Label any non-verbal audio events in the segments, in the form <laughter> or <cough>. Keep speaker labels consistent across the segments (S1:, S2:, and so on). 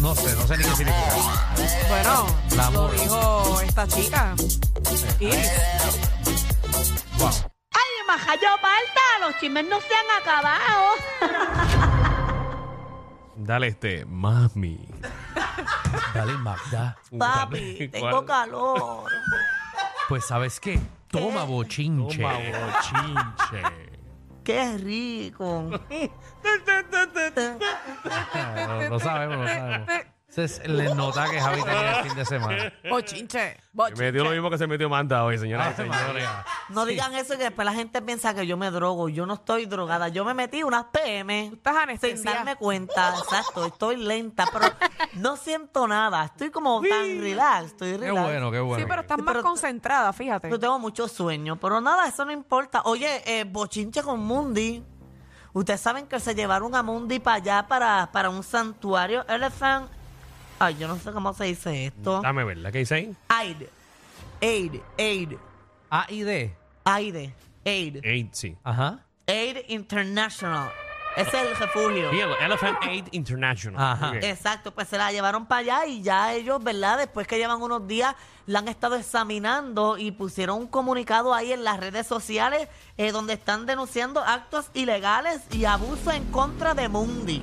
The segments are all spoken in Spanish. S1: no sé, no sé ni qué significa.
S2: Bueno,
S1: La
S2: lo
S1: morra.
S2: dijo esta chica. Iris.
S1: Wow.
S3: ¡Ay, majayo palta! ¡Los chismes no se han acabado!
S4: Dale este, mami.
S1: Dale, Magda.
S3: <laughs> Papi, tengo
S4: ¿Cuál?
S3: calor.
S1: Pues, ¿sabes qué? Toma bochinche.
S4: Toma, bochinche.
S3: ¡Qué rico!
S1: No, no sabemos, no sabemos. Se se le nota que Javi tenía el fin de semana.
S2: Bochinche.
S4: Se
S2: Bochinche.
S4: metió lo mismo que se metió Manta hoy, Este señoras y
S1: Ay,
S4: señores.
S1: María.
S3: No digan eso que después la gente piensa que yo me drogo. Yo no estoy drogada. Yo me metí unas PM.
S2: Estás
S3: Sin
S2: anestesiada.
S3: darme cuenta, exacto, estoy lenta, pero no siento nada. Estoy como tan relax, estoy
S1: Qué
S3: relax.
S1: bueno, qué bueno.
S2: Sí, pero estás
S3: Sí,
S2: más
S3: pero-
S2: concentrada, fíjate.
S3: Yo tengo mucho sueño, pero nada, eso no importa. Oye, eh, bochinche con Mundi. Ustedes saben que se llevaron a Mundi para allá, para, para un santuario elephant. Ay, yo no sé cómo se dice esto.
S4: Dame verla, ¿qué dice ahí?
S3: Aide. Aide. Aide.
S1: A y D.
S3: Aide. Aide.
S4: Eight, sí.
S1: Ajá.
S3: Aide International. Ese es el refugio.
S4: Bien, Elephant Aid International.
S1: Ajá.
S4: Muy bien.
S3: Exacto, pues se la llevaron para allá y ya ellos, ¿verdad? Después que llevan unos días, la han estado examinando y pusieron un comunicado ahí en las redes sociales eh, donde están denunciando actos ilegales y abuso en contra de Mundi.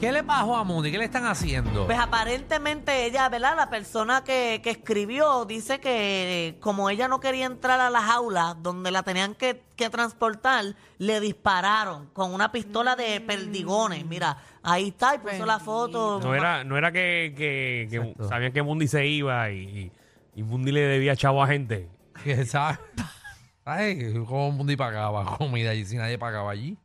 S1: ¿Qué le pasó a Mundi? ¿Qué le están haciendo?
S3: Pues aparentemente ella, ¿verdad? La persona que, que escribió dice que eh, como ella no quería entrar a la jaula donde la tenían que, que transportar, le dispararon con una pistola de perdigones. Mira, ahí está y puso la foto.
S4: No era, no era que, que- que
S1: Exacto.
S4: sabían que Mundi se iba y, y- y Mundi le debía chavo a gente.
S1: <laughs> ¿Qué sabe? Ay, ¿cómo Mundi pagaba comida allí si nadie pagaba allí?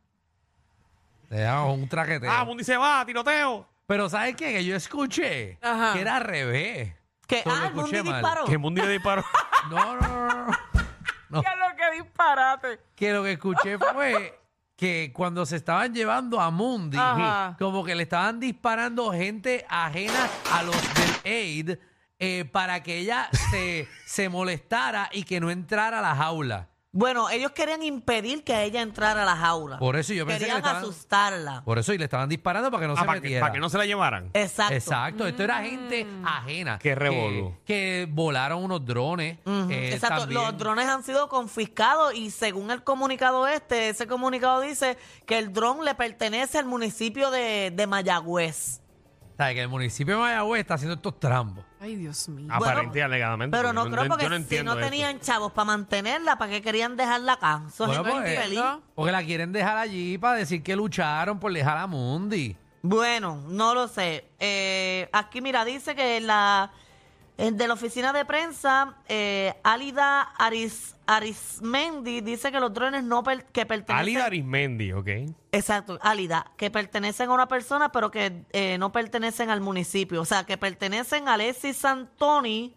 S1: Le daban un traqueteo.
S4: Ah, Mundi se va, tiroteo.
S1: pero ¿sabes qué? Que yo escuché
S2: Ajá.
S1: que era al revés.
S3: Que,
S1: Todo lo
S3: ah, Mundi
S1: escuché mal.
S3: disparó.
S4: Que Mundi le
S3: <laughs>
S4: disparó.
S1: No, no, no, no, no. No,
S2: Ya lo que disparate.
S1: Que lo que escuché fue que cuando se estaban llevando a Mundi,
S2: Ajá.
S1: como que le estaban disparando gente ajena a los del AID eh, para que ella se, se molestara y que no entrara a la jaula.
S3: Bueno, ellos querían impedir que ella entrara a la jaula.
S1: Por eso yo pensé que le
S3: querían
S1: estaban-
S3: asustarla.
S1: Por eso, y le estaban disparando para que no
S4: <laughs> Ah,
S1: se
S4: para, que,
S1: metiera.
S4: para que no se la llevaran.
S3: Exacto. Mm.
S1: Exacto, esto era gente ajena.
S4: Qué
S1: Que-
S4: revolú.
S1: Que, volaron unos drones.
S3: Ujú.
S1: eh,
S3: Exacto.
S1: también.
S3: Los drones han sido confiscados y según el comunicado este, ese comunicado dice que el dron le pertenece al municipio de, de Mayagüez.
S1: ¿Sabes? Que el municipio de Mayagüez está haciendo estos trambos.
S2: Ay, Dios mío.
S4: Aparente y alegadamente.
S3: Pero no
S4: yo
S3: creo porque
S4: yo
S3: si
S4: entiendo
S3: no
S4: esto.
S3: tenían chavos para mantenerla, ¿para qué querían dejarla acá? Eso es
S1: Bueno,
S3: gente
S1: pues,
S3: infeliz.
S2: ¿no?
S1: Porque la quieren dejar allí para decir que lucharon por dejar a Mundi.
S3: Bueno, no lo sé. Eh, aquí, mira, dice que la el de la oficina de prensa, eh, Álida Aris, Arismendi, dice que los drones no per- que pertenecen...
S4: Álida Arismendi, ¿ok?
S3: Exacto, Álida, que pertenecen a una persona, pero que eh, no pertenecen al municipio. O sea, que pertenecen a Alexis Santoni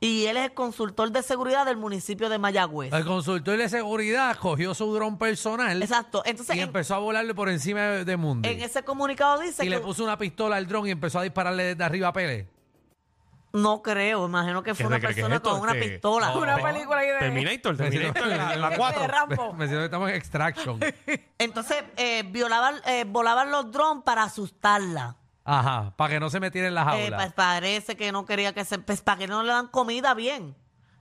S3: y él es el consultor de seguridad del municipio de Mayagüez.
S1: El consultor de seguridad cogió su dron personal
S3: Exacto, entonces
S1: y
S3: en,
S1: empezó a volarle por encima de, de Mundi.
S3: en ese comunicado dice
S1: y
S3: que...
S1: le puso una pistola al dron y empezó a dispararle desde arriba a Pele.
S3: No creo, imagino que fue
S4: ¿Qué
S3: una
S4: te crees que es
S3: persona
S4: esto?
S3: con una
S4: Este-
S3: pistola.
S1: No,
S2: Una
S1: no.
S2: película ahí de...
S4: Terminator, Terminator,
S3: <laughs>
S4: la, la
S2: De
S4: 4.
S2: Rambo.
S1: Me siento que estamos en Extraction.
S3: Entonces, eh, violaban, eh, volaban los drones para asustarla.
S1: Ajá, para que no se metiera en la
S3: Eh,
S1: jaula.
S3: pues parece que no quería que se... Pues para que no le dan comida bien.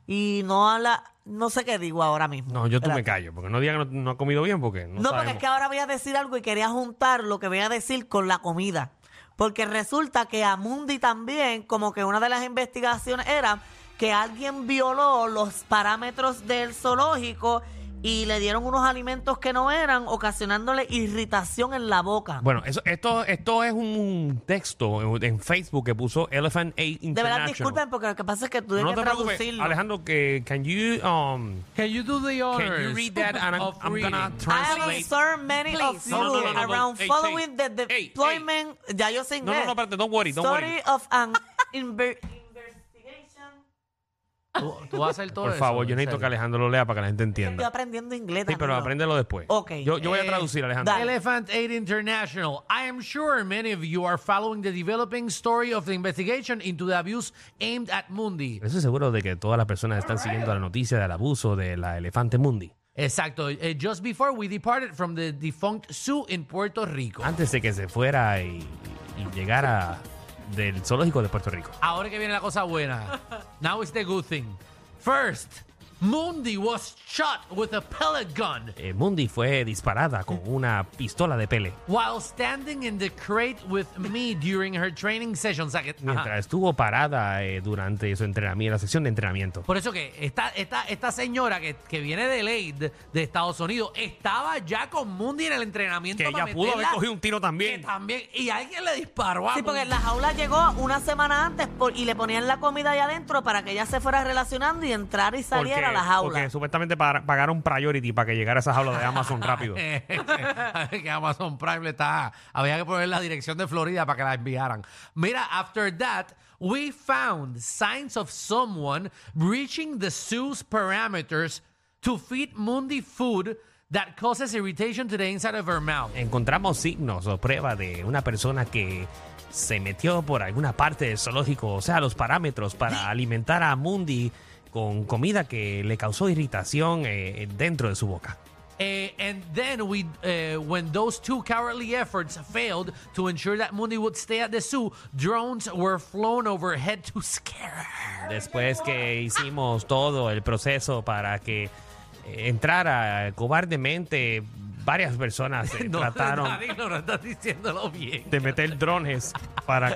S3: Y no habla... No sé qué digo ahora mismo.
S4: No, yo tú
S3: Espérate.
S4: me callo, porque no digan que no, no ha comido bien, porque no,
S3: No, porque
S4: sabemos.
S3: es que ahora voy a decir algo y quería juntar lo que voy a decir con la comida. Porque resulta que a Mundi también, como que una de las investigaciones era que alguien violó los parámetros del zoológico y le dieron unos alimentos que no eran, ocasionándole irritación en la boca.
S4: Bueno, eso, esto, esto es un texto en, en Facebook que puso Elephant Aid
S3: de
S4: International.
S3: verdad, disculpen, porque lo que pasa es que tuve
S4: No
S3: que
S4: te preocupes,
S3: traducirlo.
S4: Alejandro, que can you um
S1: Can you do the honors
S4: can you read that and I'm,
S1: of
S4: I'm gonna
S1: reading?
S3: I have
S4: translate.
S3: observed many of
S2: Please.
S3: you
S4: No, no, no, no, no.
S3: around
S4: Ey,
S3: following
S4: ey.
S3: the
S4: Ey, ey.
S3: deployment. Ya yo sé
S4: No, no,
S3: inglés.
S4: no, espérate, don't worry, don't
S3: Story
S4: worry.
S3: of an <laughs> inver- investigation.
S1: Tú, tú vas a hacer todo
S4: Por
S1: eso,
S4: favor, yo
S1: en
S4: necesito que
S1: serio.
S4: Alejandro lo lea para que la gente
S3: Estoy
S4: entienda.
S3: aprendiendo inglés.
S4: Sí, pero
S3: Danilo.
S4: apréndelo después.
S3: Ok.
S4: Yo, yo voy a
S1: Eh,
S4: traducir, Alejandro.
S3: dale.
S1: Elephant Aid International. I am sure many of you are following the developing story of the investigation into the abuse aimed at Mundi.
S4: Eso seguro de que todas las personas están siguiendo la noticia del abuso de la elefante Mundi.
S1: Exacto. Eh, just before we departed from the defunct zoo in Puerto Rico.
S4: Antes de que se fuera y, y llegara del zoológico de Puerto Rico.
S1: Ahora que viene la cosa buena. Now is the good thing. First, Mundi was shot with a pellet gun
S4: Eh, Mundi fue disparada con una pistola de pele
S1: while standing in the crate with me during her training session. O sea que- ajá.
S4: mientras estuvo parada eh, durante su entrenamiento, la sesión de
S3: Pues,
S4: entrenamiento.
S1: Por eso que esta, esta, esta señora que, que viene de Lade, de Estados Unidos, estaba ya con Mundi en el entrenamiento.
S4: Que
S1: para
S4: ella pudo haber
S1: meterla,
S4: cogido un tiro
S1: que
S4: también.
S1: también. Y alguien le disparó a
S3: Sí, porque
S1: Mundi. <laughs>
S3: la jaula llegó una semana antes por- y le ponían la comida allá adentro para que ella se fuera relacionando y entrar y saliera a la jaula.
S4: Porque supuestamente para- pagaron priority para que llegara esa jaula de Amazon
S3: <laughs>
S4: rápido.
S1: que Amazon Prime le está. Había que poner la dirección de Florida para que la enviaran. Mira, after that, we found signs of someone breaching the zoo's parameters to feed Mundi food that causes irritation to the inside of her mouth.
S4: Encontramos signos o pruebas de una persona que se metió por alguna parte del zoológico, o sea, los parámetros para alimentar a Mundi con comida que le causó irritación eh, dentro de su boca.
S1: Eh, and then we, eh, when those two cowardly efforts failed to ensure that Mundi would stay at the zoo, drones were flown overhead to scare her.
S4: Después que hicimos todo el proceso para que eh, entrara cobardemente, varias personas
S1: <laughs>
S4: eh, trataron
S1: Danilo, no estás diciéndolo bien.
S4: de meter drones para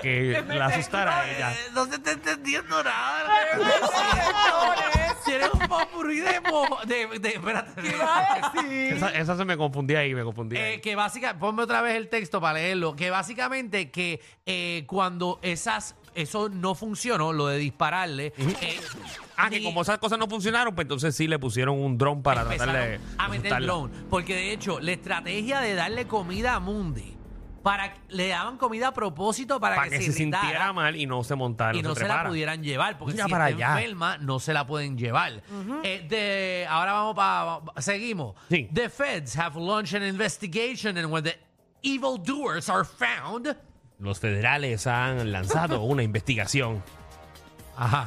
S1: <laughs>
S4: que la asustara a ella.
S1: Eh, No se está entendiendo nada. Tiene un popurrí de, mo- de, de- espérate. <laughs>
S4: Esa, esa se me confundía ahí, me confundía. ahí.
S1: Eh, que básicamente, ponme otra vez el texto para leerlo, que básicamente que eh, cuando esas, eso no funcionó, lo de dispararle, eh,
S4: ah, que
S1: ni-
S4: como esas cosas no funcionaron, pues entonces sí le pusieron un dron para tratar de
S1: empezaron a meter
S4: asustarla.
S1: drone. Porque de hecho, la estrategia de darle comida a Mundi, para, le daban comida a propósito para,
S4: para que, se,
S1: irritara.
S4: sintiera mal y no se montara.
S1: y no se la
S4: trepara.
S1: pudieran llevar porque
S4: Mira
S1: si
S4: para
S1: está
S4: allá.
S1: enferma no se la pueden llevar. Eh, de- ahora vamos para seguimos.
S4: Sí.
S1: The feds have launched an investigation and when the evil doers are found,
S4: Los federales han lanzado una <laughs> investigación.
S1: ajá,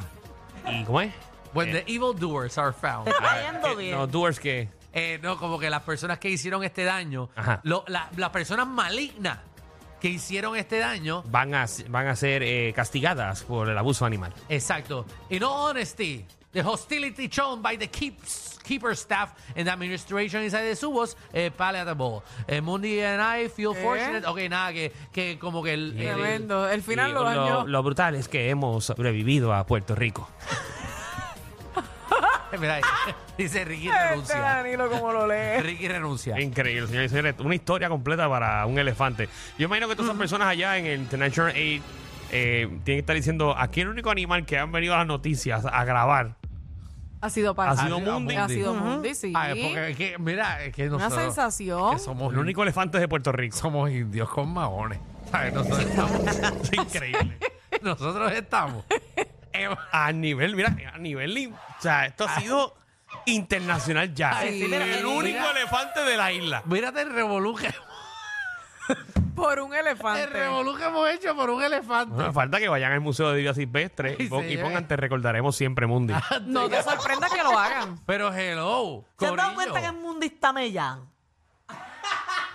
S4: ¿Y cómo es?
S1: when
S4: Eh,
S1: the evil doers are found.
S4: <laughs>
S3: Te está yendo
S4: eh, no,
S3: bien.
S4: doers que...
S1: Eh, no, como que las personas que hicieron este daño,
S4: Ajá.
S1: lo- la- las personas malignas que hicieron este daño,
S4: van a, van a ser eh, castigadas por el abuso animal.
S1: exacto. In all honesty, the hostility shown by the keeps, keeper staff and the administration inside the zoo was eh, palatable. Eh, Mundi and I feel
S2: ¿Qué?
S1: fortunate. Ok, nada, que, que como que el- el-
S2: ¿Eh? Tremendo. El final
S4: Y
S2: lo
S4: lo,
S2: dañó.
S4: lo brutal es que hemos sobrevivido a Puerto Rico.
S1: <laughs> Mira <laughs> ahí, dice Ricky
S2: Este
S1: renuncia.
S2: Danilo, como
S1: <laughs>
S2: lo lee.
S1: Ricky renuncia.
S4: Increíble, señores y señores. Una historia completa para un elefante. Yo imagino que todas esas personas allá en el International Aid eh, tienen que estar diciendo, aquí el único animal que han venido a las noticias a grabar.
S2: Ha sido para
S4: Ha sido Mundi.
S2: Ha sido Mundi, sí.
S1: Ay, Ah, porque es que, mira, es que
S2: Una
S1: nosotros-
S2: sensación.
S1: que somos
S4: El único elefante de Puerto Rico. <laughs>
S1: somos indios con maones. ¿Sabes? Nosotros
S2: <laughs>
S1: estamos,
S4: Increíble.
S1: nosotros estamos en-
S4: A nivel, mira, a nivel... in- O sea, esto ha sido internacional ya.
S1: Ay, sí, mira,
S4: el
S1: mira.
S4: único elefante de la isla.
S1: Mírate el revolú que,
S2: Por un elefante.
S1: el revolú que hemos hecho por un elefante.
S4: Bueno, falta que vayan al Museo de Vida Silvestre y,
S1: Ay, Ah,
S4: pon- y
S1: señor.
S4: pongan Te Recordaremos Siempre, Mundi.
S2: No te sorprenda que lo hagan.
S1: Pero hello,
S3: ¿Se han
S1: corillo.
S3: dado cuenta que el mundo está mellán?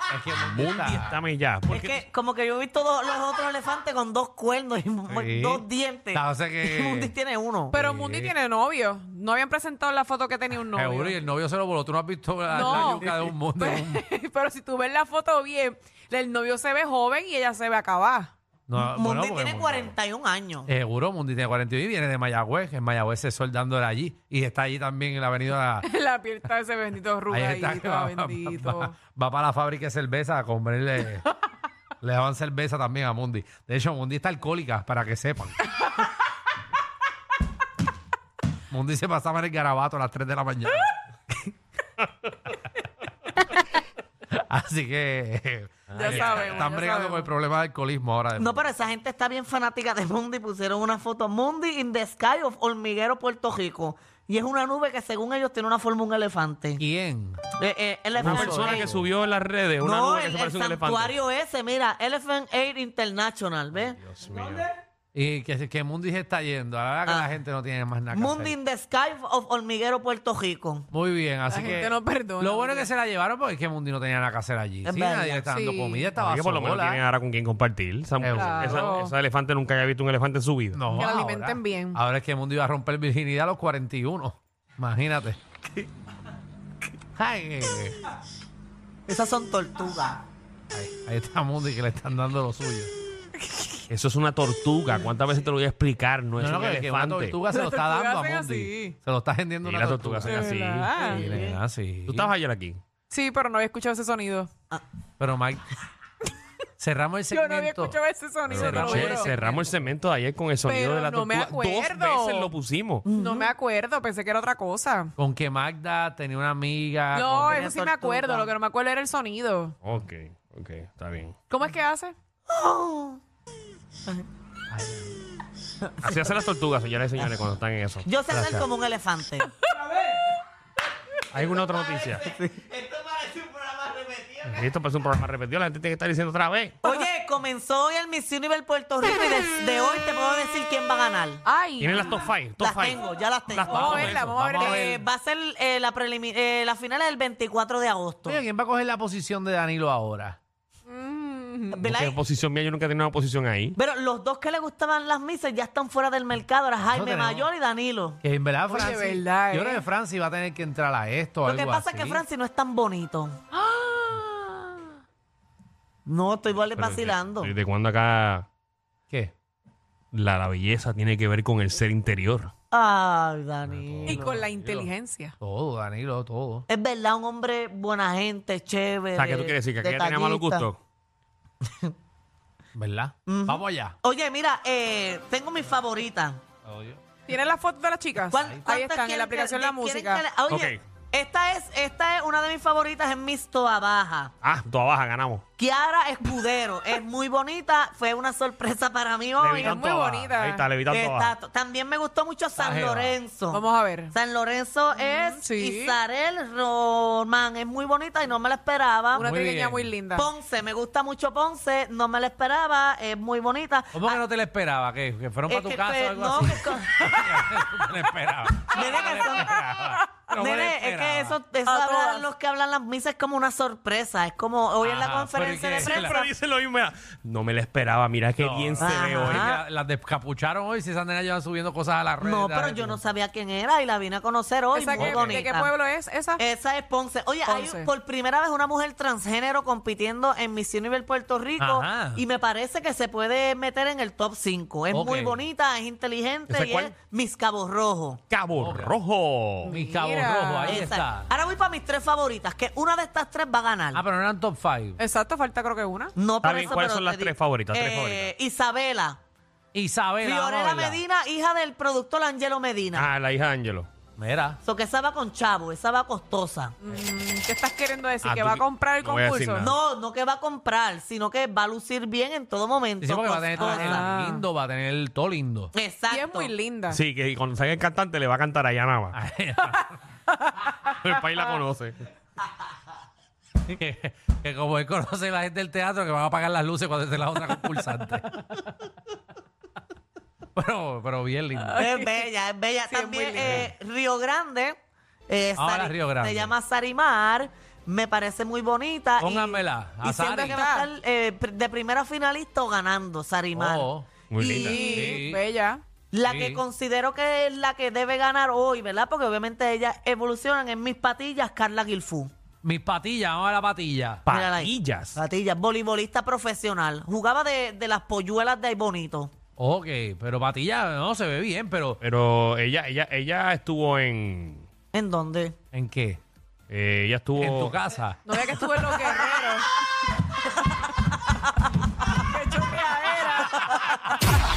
S1: Es que
S4: Mundi
S1: ah.
S4: está ya.
S3: Es que como que yo he visto dos- los otros elefantes con dos cuernos y
S1: Sí.
S3: dos dientes.
S4: Ah,
S1: O sea
S3: Y <laughs> Mundi
S1: que...
S3: tiene uno.
S2: Pero Mundi tiene novio. No habían presentado la foto que tenía un
S1: Seguro, y
S2: novio.
S1: el novio se lo voló. Tú no has visto la, la
S2: No.
S1: yuca de un mundo. de <laughs> un-
S2: <laughs> Pero si tú ves la foto bien, el novio se ve joven y ella se ve acabada.
S1: No, bueno,
S3: Mundi
S1: porque
S3: tiene 41 años.
S4: Eh,
S1: Seguro, Mundi tiene 41 y viene de Mayagüez. En Mayagüez se soldando era allí. Y está allí también en la avenida...
S2: <laughs> La piel está de ese bendito
S1: Ahí está.
S2: rugadito,
S1: Va,
S2: bendito.
S1: va- va para la fábrica de cerveza a
S2: <laughs>
S1: comprarle. le daban cerveza también a Mundi. De hecho, Mundi está alcohólica, para que
S2: <laughs>
S1: sepan. Mundi se pasaba en el garabato a las 3 de la
S2: <laughs>
S1: mañana. Así que.
S2: Ya
S1: eh,
S2: sabemos,
S1: Están
S2: ya
S1: bregando
S2: sabemos.
S1: con el problema de alcoholismo ahora. de
S3: No,
S1: Mundi.
S3: pero esa gente está bien fanática de Mundi. Pusieron una foto Mundi in the sky of Hormiguero, Puerto Rico. Y es una nube que según ellos tiene una forma de un elefante.
S1: ¿Quién?
S3: Eh, eh,
S4: Una
S3: Elephant
S4: persona
S3: Aid.
S4: que subió en las redes una
S3: No,
S4: nube que
S3: el,
S4: se
S3: el
S4: parece a un elefante.
S3: santuario ese, mira, Elephant Aid International, ¿ves?
S4: Dios mío.
S1: Y que, que Mundi se está yendo. A la verdad que
S3: Ah.
S1: la gente no tiene más nada que
S3: Mundo
S1: hacer.
S3: in the Sky of Hormiguero, Puerto Rico.
S1: Muy bien, así
S2: La
S1: que.
S2: gente no perdona,
S1: lo bueno es
S2: mira.
S1: que se la llevaron porque es que Mundi no tenía nada que hacer allí.
S3: Es
S1: Sí,
S3: verdad.
S1: nadie le está dando
S2: Sí.
S1: comida, estaba
S4: Porque por lo menos
S1: sola.
S4: tienen ahora con quien compartir. Esa,
S1: Seguro.
S4: esa-
S2: Claro.
S4: esa elefante nunca había visto un elefante en su vida.
S1: No,
S2: Que la
S1: ahora-
S2: alimenten bien.
S1: Ahora es que Mundi iba a romper virginidad a los 41. Imagínate. Ay, eh,
S3: Esas son tortugas.
S1: ahí, ahí está Mundi que le están dando lo suyo.
S4: Eso es una tortuga. ¿Cuántas veces te lo voy a explicar? No es
S1: No, no,
S4: un
S1: que, que una
S4: elefante.
S1: tortuga se
S2: Las
S1: lo está
S2: tortugas
S1: dando a
S2: hacen
S1: Mundi.
S2: así.
S1: Se lo está vendiendo
S4: Sí,
S1: una
S4: las tortugas
S1: tortuga.
S4: hacen así.
S2: De verdad.
S1: Sí, nena, sí.
S4: Tú estabas ayer aquí.
S2: Sí, pero no había escuchado ese sonido.
S1: Pero Mike, cerramos el
S2: Yo
S1: segmento.
S2: no había escuchado ese sonido. te lo
S1: Cerramos-
S4: Che,
S2: juro.
S4: cerramos el cemento de ayer con el sonido
S2: Pero
S4: de la
S2: no me
S4: tortuga.
S2: acuerdo.
S4: Dos veces lo pusimos.
S2: No me acuerdo, pensé que era otra cosa.
S1: Con que Magda tenía una amiga.
S2: No,
S1: con-
S2: eso sí me
S3: tortuga.
S2: acuerdo, lo que no me acuerdo era el sonido.
S4: Ok, ok, está bien.
S2: ¿Cómo es que hace?
S4: Así hacen las tortugas, señores y señores, cuando están en eso.
S3: Yo sé hacer como un elefante.
S4: ¿Hay alguna otra noticia?
S3: Esto parece un programa repetido.
S4: Esto parece un programa repetido. La gente tiene que estar diciendo otra vez.
S3: Oye, comenzó hoy el Miss Universe Puerto Rico y desde hoy te puedo decir quién va a ganar.
S2: Ay,
S4: Tienen las top five. Top
S3: Las
S4: five.
S3: tengo, ya las tengo.
S4: Las
S2: vamos a
S4: vamos a
S2: verla,
S4: eso,
S2: vamos a
S4: vamos a
S2: verla.
S3: Eh, va a ser eh, la, prelimi- eh, la final es el 24 de agosto.
S1: Oye, ¿quién va a coger la posición de Danilo ahora?
S3: ¿Verdad?
S4: ¿Qué posición mía? Yo nunca he tenido una posición ahí.
S3: Pero los dos que le gustaban las misas ya están fuera del mercado, era Jaime
S1: tenemos.
S3: Mayor y Danilo.
S1: Que en verdad,
S2: Oye,
S1: Francis.
S2: verdad,
S1: yo
S2: ¿eh?
S1: creo que Francis va a tener que entrar a esto. o
S3: Lo que
S1: algo
S3: pasa es
S1: así.
S3: que Francis no es tan bonito. No, estoy vale-
S4: ¡Ah! Pero,
S3: vacilando.
S4: ¿Desde cuándo acá
S1: ¿Qué?
S4: la, la belleza tiene que ver con el ser interior?
S3: Ay, Danilo.
S2: y con la inteligencia.
S1: Todo, Danilo, todo.
S3: Es verdad, un hombre buena gente, chévere.
S4: O sea, ¿qué tú quieres decir? ¿Que aquella tenía
S3: Eh, detallista.
S4: malos gustos?
S1: ¿Verdad? Vamos allá.
S3: Oye, mira, eh, tengo mi favorita.
S2: ¿Tienen las fotos de las chicas?
S3: ¿Cuál-
S2: Ahí
S3: cuántas
S2: están, en
S3: quieren
S2: la aplicación
S3: que-
S2: La
S3: quieren
S2: Música.
S3: que le- oye,
S4: Ok.
S3: esta, es, esta es una de mis favoritas, es Miss Toa Baja.
S4: Ah, toda baja, ganamos.
S3: Kiara Escudero, es muy bonita, fue una sorpresa para mí hoy.
S4: Levitando
S2: muy
S4: toda baja.
S2: bonita.
S4: Ahí está, levitando toda baja.
S3: Exacto. También me gustó mucho San
S1: jeva.
S3: Lorenzo.
S2: Vamos a ver.
S3: San Lorenzo es
S2: sí.
S3: Isarel Román, es muy bonita y no me la esperaba.
S2: Una
S1: Muy
S2: trigueña
S1: bien.
S2: muy linda.
S3: Ponce, me gusta mucho Ponce, no me la esperaba, es muy bonita.
S1: ¿Cómo que no te la esperaba? ¿Que, que fueron
S3: Ah. Es
S1: para tu
S3: que,
S1: casa
S3: pues,
S1: o algo
S3: no,
S1: así? <laughs>
S3: que con-
S1: no me la
S3: <laughs>
S4: <laughs>
S1: esperaba.
S3: Nene, que son-
S1: No me la
S3: Nene, es
S1: esperaba.
S3: que eso, eso
S2: A
S3: hablan
S2: todas.
S3: los que hablan las misas es como una sorpresa. Es como hoy en la
S1: Ajá,
S3: conferencia
S1: pero
S3: de
S1: ¿y qué?
S3: prensa.
S4: Siempre dice lo mismo. mira, No me la esperaba. Mira qué bien se
S3: Ajá.
S4: ve
S1: Oye,
S4: hoy.
S1: ya las descapucharon hoy si esas nenas llevan subiendo cosas a las redes.
S3: No, pero yo no sabía quién era y la vine a conocer hoy.
S2: ¿Esa
S3: muy
S2: que-
S3: bonita.
S2: ¿De qué pueblo es esa?
S3: Esa es Ponce. Oye,
S2: Ponce.
S3: hay por primera vez una mujer transgénero compitiendo en Miss Universe Puerto Rico
S1: Ajá.
S3: y me parece que se puede meter en el top 5. Es
S1: Ok.
S3: muy bonita, es inteligente
S4: ¿Esa
S3: y
S4: cuál?
S3: es Miss Cabo Rojo.
S4: Cabo
S1: Ok.
S4: Rojo.
S1: Mi cabo
S2: Mira.
S1: rojo, ahí
S3: Esa.
S1: está.
S3: Ahora voy para mis tres favoritas, que una de estas tres va a ganar.
S1: Ah, pero no eran top five.
S2: Exacto, falta creo que una.
S3: no,
S4: Está
S3: por
S4: bien,
S3: eso,
S4: ¿cuáles
S3: pero
S4: son
S3: te
S4: las
S3: di-
S4: tres favoritas? Tres
S3: Eh,
S4: favoritas.
S3: Isabela.
S1: Isabela. vamos a
S3: Fiorella
S1: verla.
S3: Medina, hija del productor Angelo Medina.
S4: Ah, la hija de Ángelo.
S1: Mira.
S3: So que esa va con chavo, esa va costosa.
S2: Mm, ¿Qué estás queriendo decir?
S4: Ah,
S2: ¿Que
S4: tú
S2: va a
S4: que-
S2: comprar el
S4: no voy a decir
S2: concurso?
S4: nada.
S3: No, no que va a comprar, sino que va a lucir bien en todo momento.
S1: Dice porque va a tener todo
S3: costosa.
S1: lindo, va a tener todo lindo.
S3: Exacto.
S2: Y es muy
S3: Ah.
S2: linda.
S4: Sí, que cuando salga el cantante le va a cantar a Yana
S3: <laughs>
S4: más. El país la conoce.
S1: <laughs> que, que como él conoce a la gente del teatro, que van a apagar las luces cuando esté la otra concursante. <laughs> pero, pero bien lindo.
S3: Es bella, es bella.
S2: Sí, es muy
S3: También
S2: linda.
S3: eh, Río Grande. eh,
S1: Ahora Río Grande.
S3: Se llama Sarimar. Me parece muy bonita. y-
S1: Pónganmela, a
S3: Y, siento
S1: Sari.
S3: que va a estar eh, pr- de primera finalista o ganando Sarimar.
S1: Oh,
S4: Muy
S3: Y
S4: linda.
S2: Sí,
S1: Sí.
S2: bella.
S3: La
S1: Sí.
S3: que considero que es la que debe ganar hoy, ¿verdad? Porque obviamente ellas evolucionan en mis patillas, Carla Guilfú.
S1: mis patillas, vamos a la patilla.
S3: Mírala ahí.
S4: Patillas.
S3: Patillas, voleibolista profesional. Jugaba de, de las polluelas de ahí bonito.
S1: Ok, pero patilla no se ve bien, pero
S4: Pero ella, ella, ella estuvo en.
S3: ¿En dónde?
S1: ¿en qué?
S4: eh, ella estuvo.
S1: En tu casa.
S2: No vea que estuve en los <laughs> guerreros. ¡Qué choqueadera!